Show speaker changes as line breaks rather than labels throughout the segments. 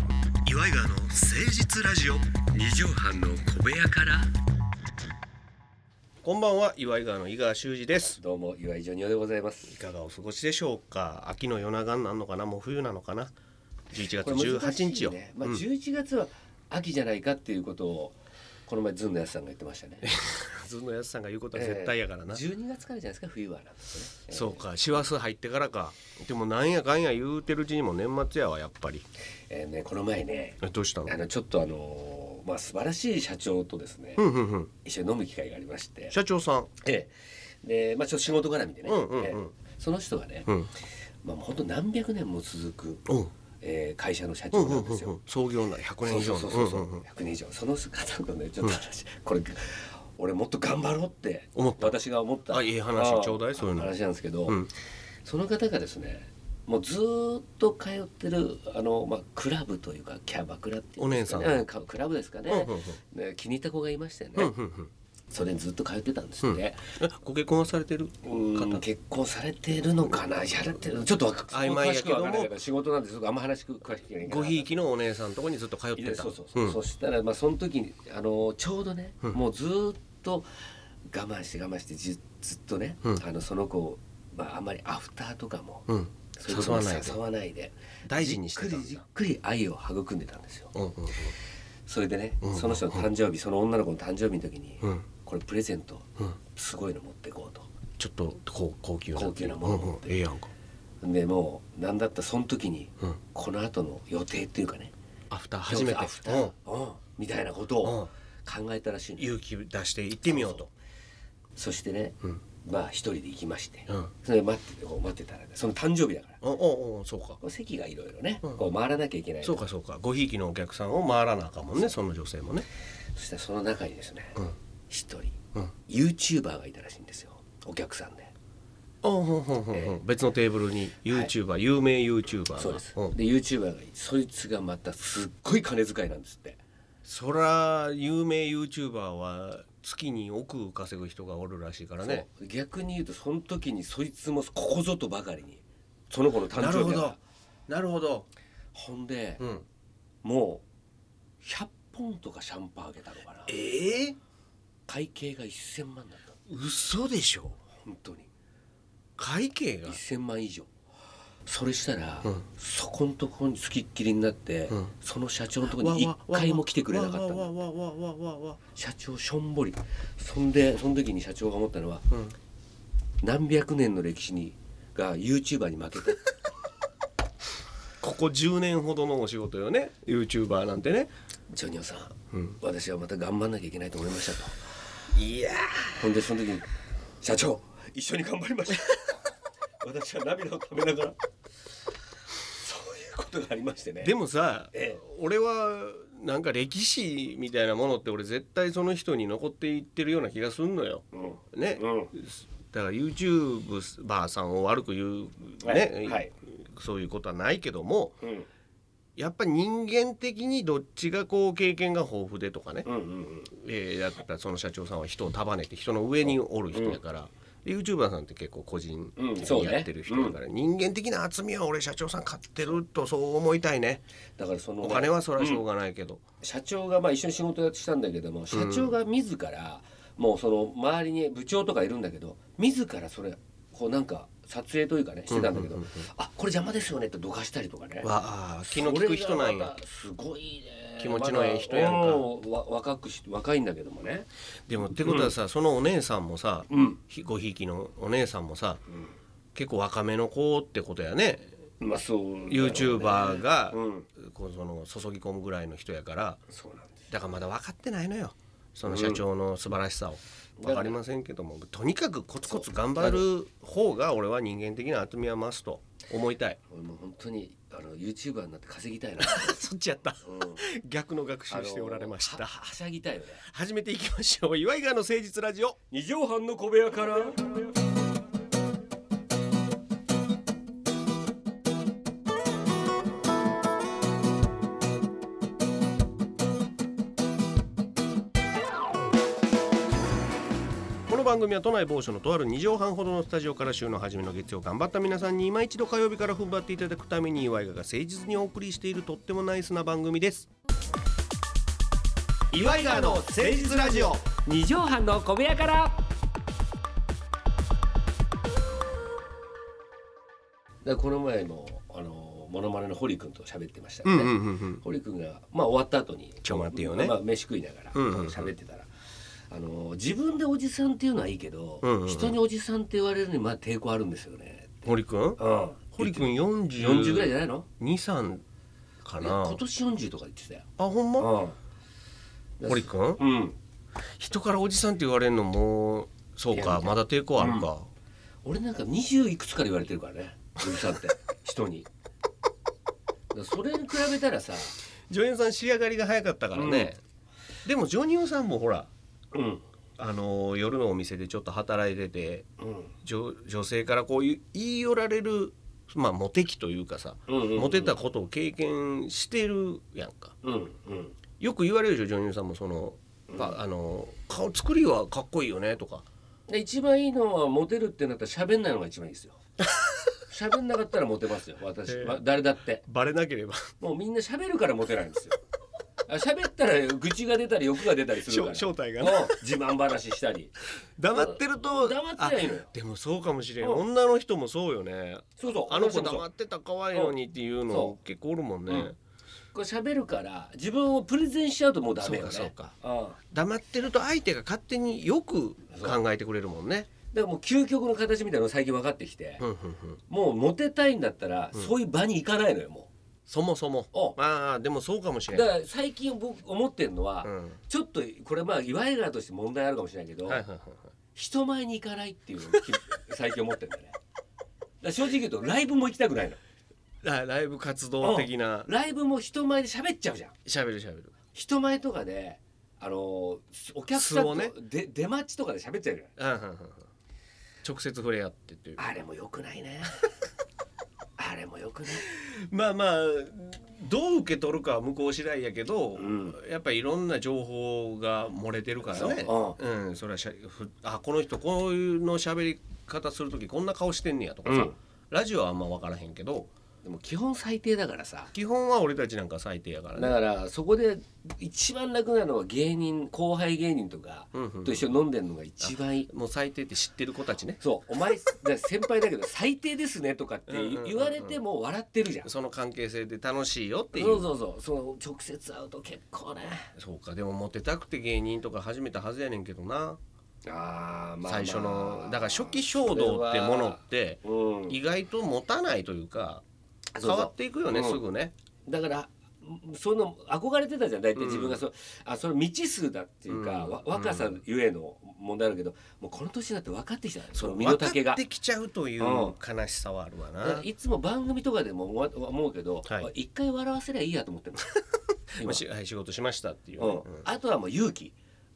イガーの誠実ラジオ
二畳半の小部屋から
こんばんは岩井川の井川修司です
どうも岩井ジョニオでございま
い
す
かがお過ごしでしょうか秋の夜長になんのかなもう冬なのかな11月
これ難しい
18日よ、
ねまあ、
うん
11月は秋じゃないかっていうことをこの前ズンのやつさんが言ってましたね
ずんのやつさんが言う ことは絶対やからな、
えー12月からじゃないですか冬はなんですね、えー
そうか師走入ってからかでもなんやかんや言うてるうちにも年末やわやっぱり
えーねこの前ね
えどうしたの
あのちょっとあのーまあ素晴らしい社長とですね、
うんうんうん
一緒に飲む機会がありまして、
社長さん
ええでまあちょっと仕事絡みでね、
うんうんうん
ええその人がね、
うん
まあ本当何百年も続く、
うん
えー会社の社
うん
長
う
なんん
う
ですよ。
んうん創業な100年以上の
そうそうそうそう
うんうんうん
100年以上その方とねちょっと話、これ俺もっと頑張ろうって
思った
私が思った
あいい話
あー
ちょうだいそういうの
話なんですけど、
うん
その方がですねもうずーっと通ってるあの、まあ、クラブというかキャバクラっていうんですかね
お姉さん
うんかクラブですかね、
うんうん
ね気に入った子がいましてね、
うんうんうん
それにずっと通ってたんですって、
えご結婚はされてる
うん
方
結婚されてるのかなやられてるのちょっとわか
曖昧やけども
詳しくはわからないから仕事なんですあんま話詳しく聞けないから
ごひいきのお姉さんとこにずっと通っ
い
て
や
た
そうそうそう、
ん
そしたらまあその時にあのちょうどね、
うん
もうずーっと我慢して我慢してじずっとね、
うん
あのその子を、まあ、あんまりアフターとかも、
うん
そういう
誘
のも
わないで
誘わないで
大事にしてたんだ
じっくりじっくり愛を育んでたんですよ
うんうんうん
それでね、
うん
その人の誕生日その女の子の誕生日の時に、
うん
これプレゼント
うん
すごいの持ってこうと。
ちょっと高高級
高級なもの
うんうんええやんか
でもう何だったらその時に、
うん
この後の予定っていうかね
アフター初めて
アフター、うんみたいなこと
うん
を考えたらしいの、
勇気出して行ってみようと
そしてね、
うん
まあ一人で行きまして、
うん
それで待ってこう待ってたらねその誕生日だから
おおおそうか
こう席がいろいろね、
うん
こう回らなきゃいけない
そうかそうかごひいきのお客さんを回らなあかんもんねその女性もね
そしたらその中にですね
うん
一、
うん
人 YouTuber がいたらしいんですよお客さんで、
あほんほんほんほ
え
ん別のテーブルに YouTuber、有名 YouTuber が
そうです、
ん
で YouTuber がそいつがまたすっごい金遣いなんですって
そら有名 YouTuber は月に億稼ぐ人がおるらしいからね
そう逆に言うとその時にそいつもここぞとばかりにその子の誕
なる
生
ほ
日
ど
だから
なるほど
ほんで、
うん
もう100本とかシャンパンあげたのかな
ええ
会計が1000万だったの
嘘でしょ
本当に
会計が
1000万以上それしたら、
うん
そこんとこに付きっきりになって、
うん
その社長のとこに一回も来てくれなかった
わわ
の
わわわわわ
社長しょんぼりそんでその時に社長が思ったのは
うん
何百年の歴史にが YouTuber に負 けた
ここ10年ほどのお仕事よね YouTuber なんてね
ジョニオさん、
うん
私はまた頑張んなきゃいけないと思いましたと
いや
ほんでその時に「社長一緒に頑張りました」 私は涙をためながらそういうことがありましてね
でもさ
ええ
俺はなんか歴史みたいなものって俺絶対その人に残っていってるような気がすんのよ
も、
ね
うんうん、
だから YouTuber さんを悪く言う
はい
ね、
はい
そういうことはないけども
うん
やっぱ人間的にどっちがこう経験が豊富でとかね、
うんうんうん
えーやったその社長さんは人を束ねて人の上におる人やから、で YouTuber さんって結構個人的
うんそう
に
ね
やってる人だから、人間的な厚みは俺社長さん買ってるとそう思いたいね
だからその
お金はそりゃしょうがないけど、
社長がまあ一緒に仕事をしたんだけども社長が自ら、もうその周りに部長とかいるんだけど自らそれこうなんか撮影というかねしてたんだけど、
うんうん
あこれ邪魔ですよねってどかしたりとかね
わあ気の利く人なん
それが
や
またすごいね
気持ちのええ人やんか
まだうんわ若くし若いんだけどもね
でもってことはさ、そのお姉さんもさ、
うん
ひごひいきのお姉さんもさ、結構若めの子ってことやね
まあそうだろうね、
YouTuber が、
うん
こうその注ぎ込むぐらいの人やから
そうなんです
だからまだ分かってないのよその社長の素晴らしさを、
ん
分かりませんけどもとにかくコツコツ頑張る方が俺は人間的な厚みは増すと思いたい
俺もう本当にあの YouTuber になって稼ぎたいな、
そっちやった
うん、
逆の学習 しておられまし
あの
た
ははしゃぎたいよね
始めていきましょう岩井川の誠実ラジオ
二畳半の小部屋から
この番組は都内某所のとある2畳半ほどのスタジオから週の初めの月曜頑張った皆さんに今一度火曜日から踏ん張っていただくために岩井川が誠実にお送りしているとってもナイスな番組です岩井川の誠実ラジオ
二畳半の小部屋から。でこの前もあのモノマネの堀君と喋ってましたよね。
んうん
堀君がまあ終わった後に
ちょ待ってよね
まあ飯食いながら
うんうんうん
喋ってたら。あの自分でおじさんっていうのはいいけど、
うんうんうん
人におじさんって言われるにまあ抵抗あるんですよね。
堀君
うん、
堀君四十
40ぐらいじゃないの
二三か
いや
な
今年40とか言ってたよ。
あほんま
うん
堀君
うん、
人からおじさんって言われるのもうそう
いや
かまだ抵抗あるか
俺なんか20いくつから言われてるからねおじさん って人にだからそれに比べたらさ、
ジョニオさん仕上がりが早かったからねでもジョニオさんもほら
うんうん
あのー夜のお店でちょっと働いてて女女性からこういう言い寄られるまあモテ期というかさ
うんうん、
モテたことを経験してるやんか
うんうん
よく言われるでしょ女優さんもその、ああの顔作りはかっこいいよねとか
で一番いいのはモテるってなったら喋んないのが一番いいですよ喋んなかったらモテますよ私、
ええ
わ誰だって
バレなければ
もうみんな喋るからモテないんですよあ喋ったら愚痴が出たり欲が出たりするから
正正体が
うん
ね
自慢話したり
黙ってると
黙ってりゃいいのよ
あでもそうかもしれん、
うん
女の人もそうよね
そうそう
あの子
私もそう
黙ってた可愛いのにっていうの
そ
結構おるもんね、
うんこれ喋るから自分をプレゼンしちゃうともうダメよね
そうか
うん
黙ってると相手が勝手によく考えてくれるもんね
だからもう究極の形みたいなの最近分かってきて、
うんうんうん
もうモテたいんだったら、そういう場に行かないのよも
そもそも
お
ああでもそうかもし
う
れ
だ
ん
から最近僕思ってるのは、
うん
ちょっとこれまあいわゆるとして問題あるかもしれないけど、
はいはいはいはい
人前に行かないっていうのをき最近思ってるんだねだから正直言うとライブも行きたくないの
ラライブ活動的な
ライブも人前で喋っちゃうじゃん
しゃべるしゃべる
人前とかであのーお客さん
素
と、
をね
で出待ちとかで喋っちゃうじゃん
うんうんうんうん直接触れ合ってっていう
あれも良くないねあれも良くない
まあまあどう受け取るかは向こう次第やけど、
ん
やっぱいろんな情報が漏れてるからね、
そう
ん、それはしゃふあこの人こういうの喋り方する時こんな顔してんねやとかさ、
うん
ラジオはあんま分からへんけど
でも基本最低だからさ
基本は俺たちなんか最低やから
だ
ね。
からそこで一番楽なのは芸人後輩芸人とか
うんうん
と一緒に飲んでるのが一番いい。
もう最低って知ってる子たちね
そうお前だから先輩だけど最低ですねとかって
うんうんうんうん
言われても笑ってるじゃん。そ
その関係性で楽しいよっていう
うそうそうその直接会うと結構ね。
そうかでもモテたくて芸人とか始めたはずやねんけどな、
ああ
最初のだから初期衝動ってものって
うん
意外と持たないというか
そう
変
そう
わっていくよね
うん
すぐね
だからうんその憧れてたじゃん大体自分がそ,、うあその未知数だっていうか、
うん
わ若さゆえの問題あるけど、もうこの年になって分かってきたねその身の
分か
丈が
ってきちゃうという
うん
悲しさはあるわ
だから
な。
いつも番組とかでも思わ思うけど、
はい
一回笑わせりゃいいやと思ってる 今
まあしはい仕事しましたっていう
う
ね
ん、あとはもう勇気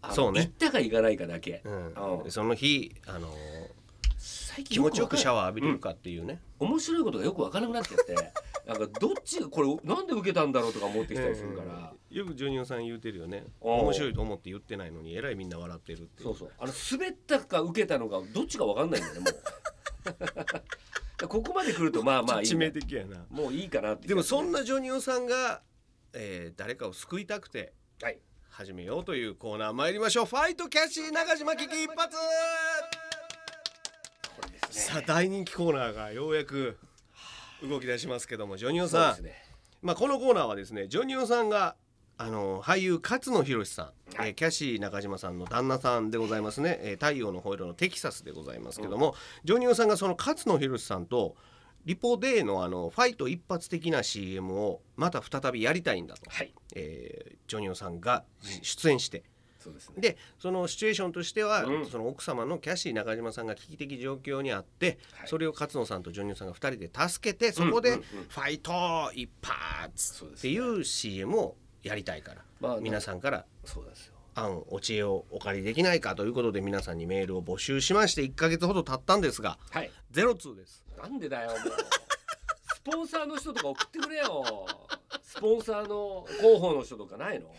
あの
そうね
行ったか行かないかだけ、
うん
う
うんんその日あの
最近
気持ちよくシャワ
ワー
ー浴びれるかっていうね
面白いことがよく分からなくなっちゃってなんかどっちがこれなんで受けたんだろうとか思ってきたりするから、
うんよくジョニオさん言うてるよね
おう
面白いと思って言ってないのにえらいみんな笑ってるってい
そう
う
そうあの滑ったか受けたのかどっちか分かんないんだよねもうだ からここまで来るとまあまあいい
致
んだ
命
よ
的やな
もういいかなって
でもそん
な
なジョニオさんがえー誰かを救いたくて
はい
始めようというコーナー参りましょうファイトキャッシー中島危機一発
これですね
さあ大人気コーナーがようやく動き出しますけどもジョニオ
そう
さ
で
ん
すね
まあ、このコーナーはですねジョニオさんがあの俳優勝野博さん、
はい
えーキャシー中島さんの旦那さんでございますね「えー太陽のホイール」のテキサスでございますけども、ジョニオさんがその勝野博さんとリポデーのあのファイト一発的な CM をまた再びやりたいんだと、
はい
えージョニオさんが出演して
そうですね
でそのシチュエーションとしては、
うん
その奥様のキャシー中島さんが危機的状況にあって、
はい
それを勝野さんとジョニオさんが2人で助けてそこ
うん
で
うんうん
「ファイト一発!」っていう CM をやりたいから、
まあ
皆さんから
そうですよ
案お知恵をお借りできないかということで皆さんにメールを募集しまして1ヶ月ほど経ったんですが
はい
ゼロ通です。
なんでだよもうスポンサーの人とか送ってくれよスポンサーの広報の人とかないの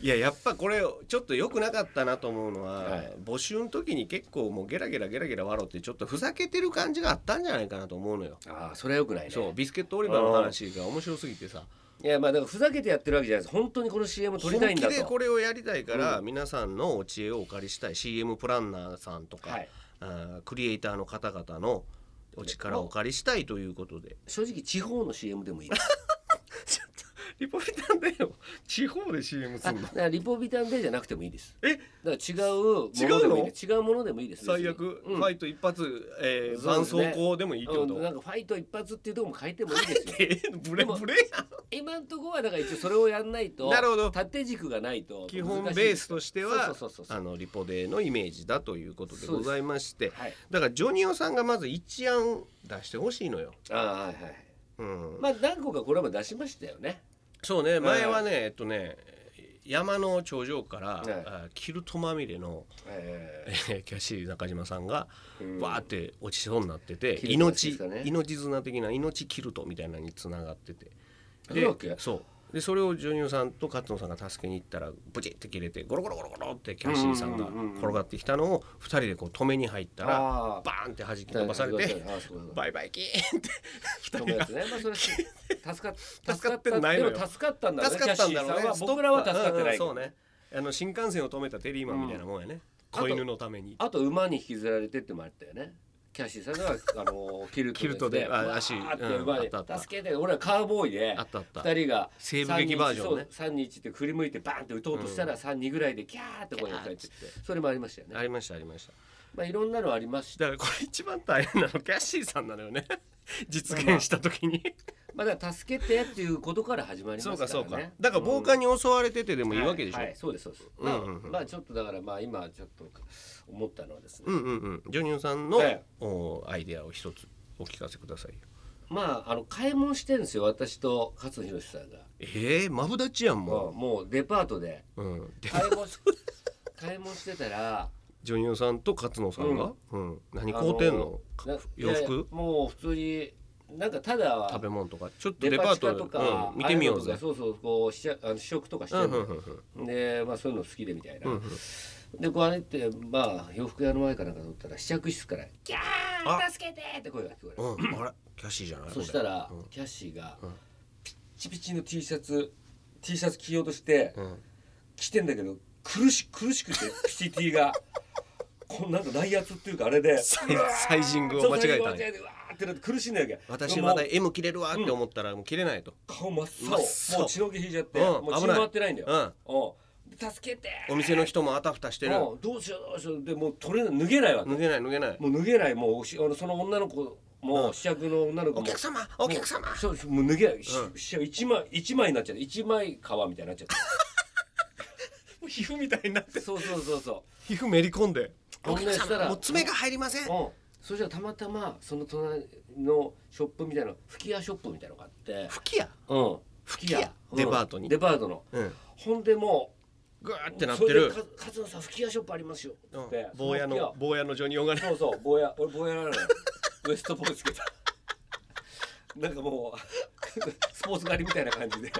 いややっぱこれちょっと良くなかったなと思うのは、
はい
募集の時に結構もうゲラゲラゲラゲラ笑ってちょっとふざけてる感じがあったんじゃないかなと思うのよ。
ああそれはよくないね
そうビスケットオリバーの話が面白すぎてさ
いやまあだからふざけてやってるわけじゃないです本当にこの CM 撮りたいんだ
本気で
と
これをやりたいから、
う
皆さんのお知恵をお借りしたい CM プランナーさんとか、
はい
あークリエイターの方々のお力をお借りしたいということで
正直地方の CM でもい いです
リポビタンで よ地方で CM
あだからリポビタンデーじゃなくてもいいです
え
だから違うものでもいいです違うものでもいいです
最悪、
うん
ファイト一発、えー、
そ
絆
うですね
創膏でもいいってこと、
うんなんかファイト一発っていうとこも変えてもいいですよ
えーブレ
でも
ブレやん
今んとこはだから一応それをやんないと
なるほど
縦軸がないと
基本ベースとしては
そうそうそうそう
あのリポデーのイメージだということでございまして
はい
だからジョニオさんがまず一案出してほしいのよ、
ああはいはい
うん、
まあ何個かこれも出しましたよね
そうね前はね、えっとね山の頂上から、
はい
あキルトまみれの、
え
えーキャシー中島さんが
うん
わーって落ちそうになってて、
キルトです
命
かね
命綱的な命キルトみたいなのにつながってて
そうだっけ
そうでそれをジョニオさんと勝野さんが助けに行ったらブチって切れてゴロゴロゴロゴロってキャシーさんが
うんうんうんうん
転がってきたのを2人でこう止めに入ったら
あ
バーンって弾き飛ばされ
あ
て
ーそうだ
バイバイキーンって2人
そうで
が
すね。ま あそれは助かっ
助かってないのよ
でも助かったんだね。
助かったんだろう
キ
ね
ャッシーさんは僕らは助かってないけど
うんうんそうねあの新幹線を止めたテリーマンみたいなもんやね、
うん
子犬のために
あと馬に引きずられてってもあったよね。キャッシーさん があのキルト
キルトであ
わー
足
って
うん
馬
あっ
に
たあった
助けて俺はカーボーイで
あったあった
二人が
西部劇バージョンね
三日って振り向いてバーンって打とうとしたら三人ぐらいでキャーって声が返って
キャーっつっ
それもありましたよね
あ。りましたありました
まあいろんなのありました。
だからこれ一番大変なのキャッシーさんなのよね 実現した時に、
まあだから助けてっていうことから始まります
そ
から
う
ね。
かそうかだから防寒に襲われててでもいいわけでしょ、
はいはいそうですそうです、
うんうんうん
まあ、まあちょっとだからまあ今ちょっと思ったのはですね、
うんうんうんジョニオさんの、
え
おアイデアを一つお聞かせくださいよ
まああの買い物してるんですよ私と勝野博さんが、
えー、マブダチやん
もう
も
もうデパートで
う、うん、で
買い物し 買い物してたら
ジョニオさんと勝野さんが、うん何買うてんの、
あな
洋服
いやいやもう普通になんかただ
食べ物とかちょっと
デ
デ
パ
パー
地
ト
下とか、
うん、見てみよう
ああい
ぜ
のとかそうそうこう試着あの試食とかしてるの、
うんうんうん
で、まあ、そういうの好きでみたいな、でこうあれってまあ洋服屋の前かなんかとったら試着室から「キャー助けて!」って声が聞こえる
うん、あれキャシーじゃない
そしたら、キャッシーが、ピッチピチの T シャツ T シャツ着ようとして、
ん
着てんだけど苦し苦しくてピチ T が こんなんか内圧っていうかあれで
これサイジングを間違えた
そうサイジングを間
ね
えてうわーってなって苦しいんだわけ
私まだ
もう
M 切れるわって思ったらもう切れないと、
顔真っ
真っ
青
青
もう血の気引いちゃって、
うん
もう
危
血
ない
回ってないんだよ、うんで助けて
お店の人もあたふたしてる
うんどうしようどうしようでもう取れない脱げないわけ
脱げない脱げない
もう脱げないもうしあのその女の子も、試着の女の子も
お客様お客様
もうそうそうもう脱げない、しし一枚一枚になっちゃって一枚皮みたいになっちゃっ
皮膚みたいになって
てそうそうそうそ
皮膚めり込んで
こんなんしたら
もう爪が入りません
ううんそしたらたまたまその隣のショップみたいな吹き屋ショップみたいなのがあって
吹きや
うん
吹き屋デパートに
デパートの、
うん
ほんでも
グー
う
ってなっ
そ
て
れで
る
か勝野さん吹き屋ショップありますよ」
うん
って
坊や
そ
の
吹き
坊やのジョニオがね
屋そうそう坊や 俺坊やなのよウエストポーズつけた なんかもう スポーツ狩りみたいな感じで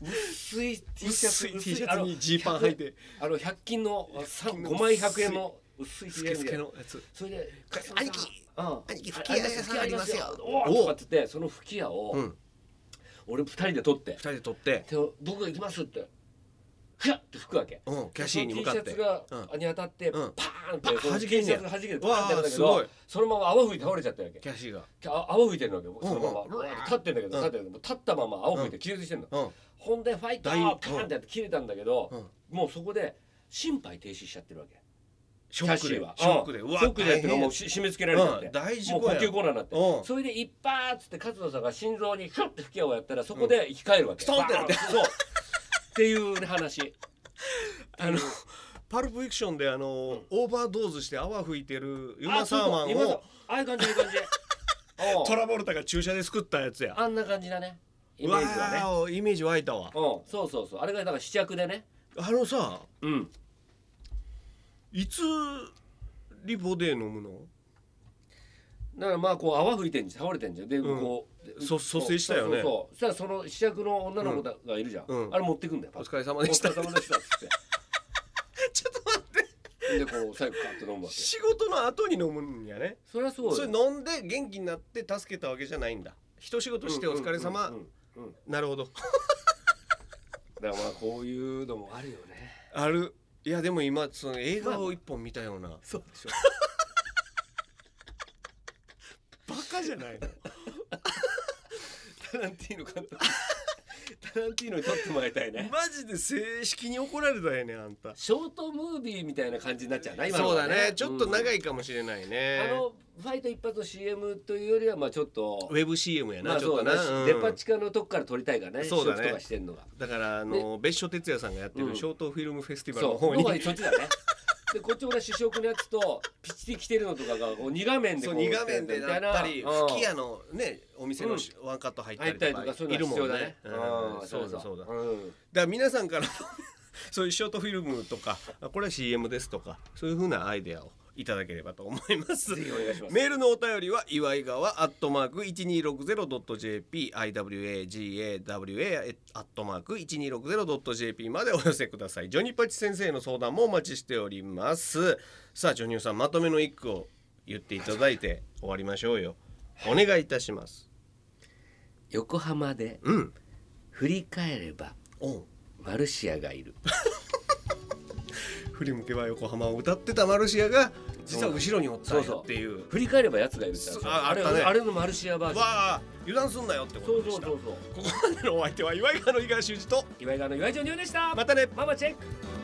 薄い T シャ
薄
ツ
い T シャツにジーパン履いて
あの100均の3 5
の
枚100円の薄い
スケスケ
で
のやつ
それで
か
勝野さん
兄貴
うん
兄貴吹き屋さんありますよ
お
お
お
う
とかって言ってその吹き屋を、
うん
俺2人で取って
二人で取って
で僕が行きますってふやって吹くわけ、
うんキャシーに向かって
その T シャツが、に当たって、
うん
パーンって
パーン
その
弾けんね
T シ
や
ャツが弾けてパーンってなったけ
わあす
ど
ごい
そのまま泡吹いて倒れちゃったわけ
キャシーが
あ泡吹いてるわけそのまま、
うんうん
立ってんだけど立ってんだけど立ったまま泡吹いて気絶してんの、
うん
ほんでファイタ
大
ーパーンってやって切れたんだけど、
うん
もうそこで心肺停止しちゃってるわけ
ショックで
キャッシーは
ショックで
う
うんわ
ショックでやってる
大変
もうし締め付けられちゃって、
うん大事故や
もう呼吸困難になって、
うん
それで一発って勝野さんが心臓にヒュッて吹き矢をやったらそこで生き返るわけ、
ストンってなって
バーンそうっていう話
あ のパルプフィクションであの、オーバードーズして泡吹いてるユマ・サーマ
あ
ン
そうそうユマサ
を
ああいう感じああい う感じおう
トラボルタが注射で救ったやつや
あんな感じだねイメ
わ
ージはね
ーおイメージ湧いたわ
うんそうそうそうあれがだから試着でね
あのさ
うん
いつリポデー飲むの
だからまあこう泡吹いてんじゃん倒れてんじゃんで、
うん
こう
そ蘇生したよね
そうそうそうそしたらその試着の女の子だがいるじゃん、
うん
あれ持ってくんだよ
お
パッ
疲れ様でした
お疲れ様でしたっつって
ちょっと待って
でこう最後カッと飲むわけ
仕事の後に飲むんやね
そりゃそう
そ
よ
れ飲んで元気になって助けたわけじゃないんだ一仕事してお疲れ様、
うんうんうんうん
なるほど
だからまあこういうのもあるよね
あるいやでも今その映画を一本見たような、
そうでしょ
バカじゃないの
タランティーノ監督タランティーノに撮ってもらいたいね
マジで正式に怒られたよねあんた
ショートムービーみたいな感じになっちゃうな今の
そう
は
だねちょっと長
い、
いかもしれない
うんあ
ね、
のファイト一発の CM というよりはまあちょっと
ウェブ CM やな、
まあ
ちょっと
そうだ
な、
し、
うん
デパ地下のとこから撮りたいからね
そうだね
試食とかしてんのが
だからあの、別所哲也さんがやって
う
る
ん
ショートフィルムフェスティバル
そ
の
うど
方
こ
に、
がそっちだねでこっちもね主食のやつとピチで来てるのとかがこう2画面で
そ
こ
う
う
2画面で
みた
や
い
っ
な
ぱり
うん
吹き矢のねお店のしワンカット入った
入
り
ったりとか
と
そう
か
い
いうるも
のは必要
ん
だ
ね
ね。
うん
ん
そうだそうだ。だか
うん
ら皆さんから そういうショートフィルムとかあこれは CM ですとかそういうふうなアイデアをいただければと思います。
ぜひお願いします
メールのお便りは祝いがわアットマーク一二六ゼロドット jp i w a g a w a アットマーク一二六ゼロドット jp までお寄せください。ジョニパチ先生の相談もお待ちしております。さあジョニオさんまとめの一句を言っていただいて終わりましょうよ。お願いいたします。
横浜で
うん。
振り返れば
おう
マルシアがいる
振り向けば横浜を歌ってたマルシアが実は後ろにおったんやっていう。
振り返ればやつがいるってやつ
ああ
あれ
ったね
あれのマルシアバージョン
わあ油断すんなよってこ
そ
と
う
で
そ
し
う
た。
そうそう
ここまでのお相手は岩井川の井川修司と
岩井川の岩井ジョニオでした
またね
ママチェック e, Oh,